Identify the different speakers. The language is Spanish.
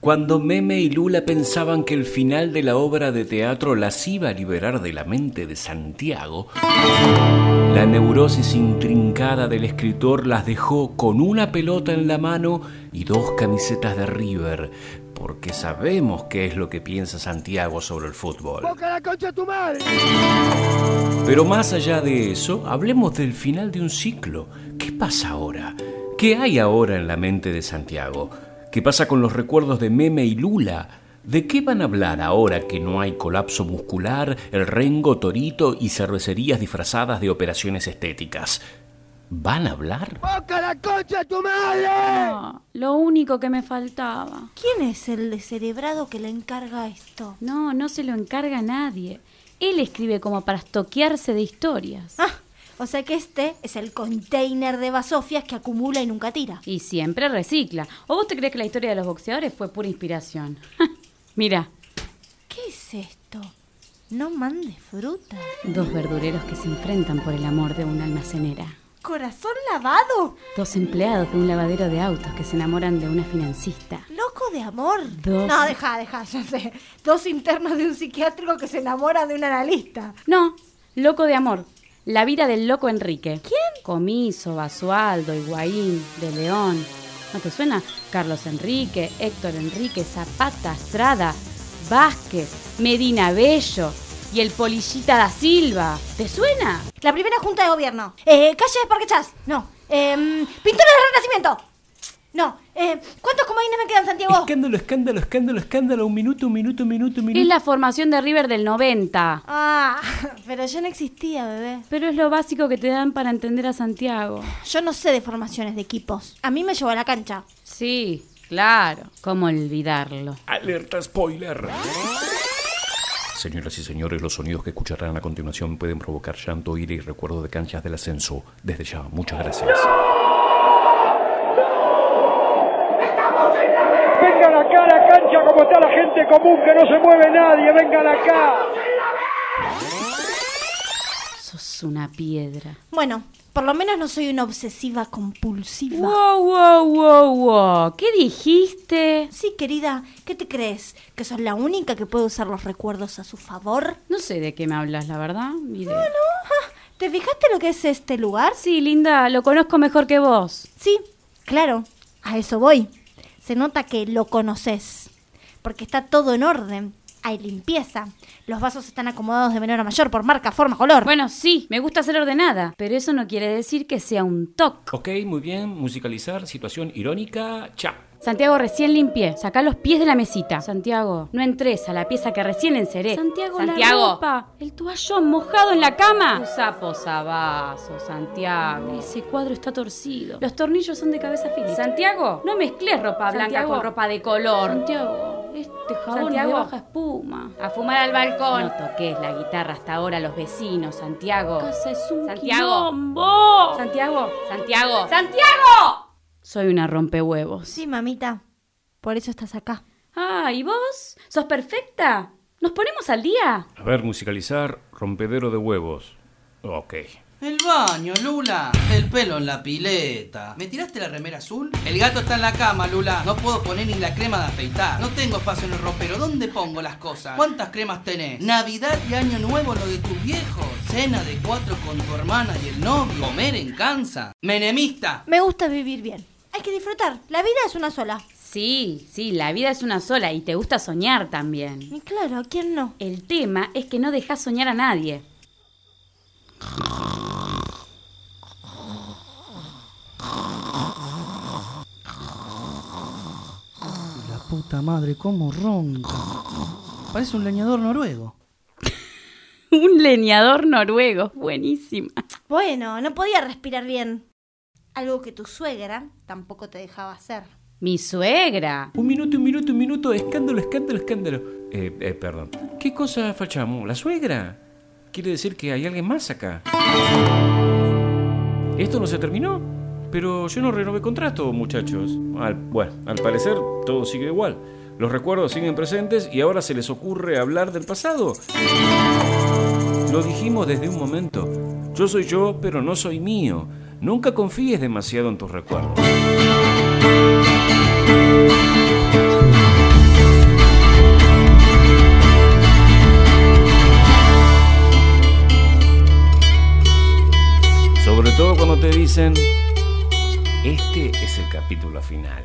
Speaker 1: Cuando Meme y Lula pensaban que el final de la obra de teatro las iba a liberar de la mente de Santiago, la neurosis intrincada del escritor las dejó con una pelota en la mano y dos camisetas de River, porque sabemos qué es lo que piensa Santiago sobre el fútbol.
Speaker 2: la concha tu madre!
Speaker 1: Pero más allá de eso, hablemos del final de un ciclo. ¿Qué pasa ahora? ¿Qué hay ahora en la mente de Santiago? ¿Qué pasa con los recuerdos de Meme y Lula? ¿De qué van a hablar ahora que no hay colapso muscular, el rengo, torito y cervecerías disfrazadas de operaciones estéticas? ¿Van a hablar?
Speaker 2: la concha tu madre!
Speaker 3: No, lo único que me faltaba.
Speaker 4: ¿Quién es el descerebrado que le encarga esto?
Speaker 3: No, no se lo encarga nadie. Él escribe como para estoquearse de historias.
Speaker 4: Ah, o sea que este es el container de basofias que acumula y nunca tira.
Speaker 3: Y siempre recicla. ¿O vos te crees que la historia de los boxeadores fue pura inspiración? Mira,
Speaker 4: ¿Qué es esto? No mande fruta.
Speaker 3: dos verdureros que se enfrentan por el amor de una almacenera.
Speaker 4: ¿Corazón lavado?
Speaker 3: Dos empleados de un lavadero de autos que se enamoran de una financista.
Speaker 4: Loco de amor.
Speaker 3: Dos-
Speaker 4: No, deja, deja, ya sé. Dos internos de un psiquiátrico que se enamora de un analista.
Speaker 3: No, loco de amor. La vida del loco Enrique. ¿Quién? Comiso, Basualdo, Higuaín, De León. ¿No te suena? Carlos Enrique, Héctor Enrique, Zapata, Estrada, Vázquez, Medina Bello y el Polillita da Silva. ¿Te suena?
Speaker 4: La primera junta de gobierno. Eh, calle de Parque Chas. No. Eh, pintores del Renacimiento. No. Eh, ¿Cuántos comodines me quedan, Santiago?
Speaker 1: Escándalo, escándalo, escándalo, escándalo. Un minuto, un minuto, un minuto, un
Speaker 3: Es
Speaker 1: minuto.
Speaker 3: la formación de River del 90.
Speaker 4: Ah, pero yo no existía, bebé.
Speaker 3: Pero es lo básico que te dan para entender a Santiago.
Speaker 4: Yo no sé de formaciones de equipos. A mí me llevó a la cancha.
Speaker 3: Sí, claro. ¿Cómo olvidarlo?
Speaker 1: Alerta spoiler. Señoras y señores, los sonidos que escucharán a continuación pueden provocar llanto, ira y recuerdo de canchas del ascenso. Desde ya, muchas gracias.
Speaker 2: ¡Vengan acá a la cancha como está la gente común, que no se mueve nadie! ¡Vengan acá!
Speaker 3: Sos una piedra.
Speaker 4: Bueno, por lo menos no soy una obsesiva compulsiva.
Speaker 3: Wow, wow, wow, wow. ¿Qué dijiste?
Speaker 4: Sí, querida, ¿qué te crees? ¿Que sos la única que puede usar los recuerdos a su favor?
Speaker 3: No sé de qué me hablas, la verdad. ni idea.
Speaker 4: Ah, ¿Te fijaste lo que es este lugar?
Speaker 3: Sí, linda, lo conozco mejor que vos.
Speaker 4: Sí, claro, a eso voy. Se nota que lo conoces, porque está todo en orden. Hay limpieza. Los vasos están acomodados de menor a mayor por marca, forma, color.
Speaker 3: Bueno, sí, me gusta ser ordenada, pero eso no quiere decir que sea un toc.
Speaker 1: Ok, muy bien. Musicalizar, situación irónica. Cha.
Speaker 3: Santiago, recién limpié. Sacá los pies de la mesita. Santiago, no entres a la pieza que recién enceré.
Speaker 5: Santiago, la
Speaker 3: ropa. El toallón mojado en la cama. Usa posavasos, Santiago. Ese cuadro está torcido. Los tornillos son de cabeza fina. Santiago, no mezcles ropa blanca con ropa de color. Santiago, este jabón
Speaker 5: Santiago.
Speaker 3: es de baja espuma. A fumar al balcón. No toques la guitarra hasta ahora a los vecinos, Santiago. Casa es un Santiago. Santiago, Santiago, Santiago. Soy una rompehuevos.
Speaker 4: Sí, mamita, por eso estás acá.
Speaker 3: Ah, ¿y vos? ¿Sos perfecta? ¿Nos ponemos al día?
Speaker 1: A ver, musicalizar, rompedero de huevos. Ok.
Speaker 6: El baño, Lula. El pelo en la pileta. ¿Me tiraste la remera azul? El gato está en la cama, Lula. No puedo poner ni la crema de afeitar. No tengo espacio en el ropero. ¿Dónde pongo las cosas? ¿Cuántas cremas tenés? Navidad y Año Nuevo, lo de tus viejos. Cena de cuatro con tu hermana y el novio. Comer en Kansas. Menemista.
Speaker 4: Me gusta vivir bien. Hay que disfrutar. La vida es una sola.
Speaker 3: Sí, sí, la vida es una sola y te gusta soñar también.
Speaker 4: Y claro, ¿a quién no?
Speaker 3: El tema es que no dejas soñar a nadie.
Speaker 6: La puta madre, cómo ronca. Parece un leñador noruego.
Speaker 3: Un leñador noruego, buenísima.
Speaker 4: Bueno, no podía respirar bien. Algo que tu suegra tampoco te dejaba hacer.
Speaker 3: Mi suegra.
Speaker 1: Un minuto, un minuto, un minuto. Escándalo, escándalo, escándalo. Eh, eh, perdón. ¿Qué cosa fachamos? ¿La suegra? Quiere decir que hay alguien más acá. ¿Esto no se terminó? Pero yo no renové contrato, muchachos. Al- bueno, al parecer todo sigue igual. Los recuerdos siguen presentes y ahora se les ocurre hablar del pasado. Lo dijimos desde un momento. Yo soy yo, pero no soy mío. Nunca confíes demasiado en tus recuerdos. Sobre todo cuando te dicen, este es el capítulo final.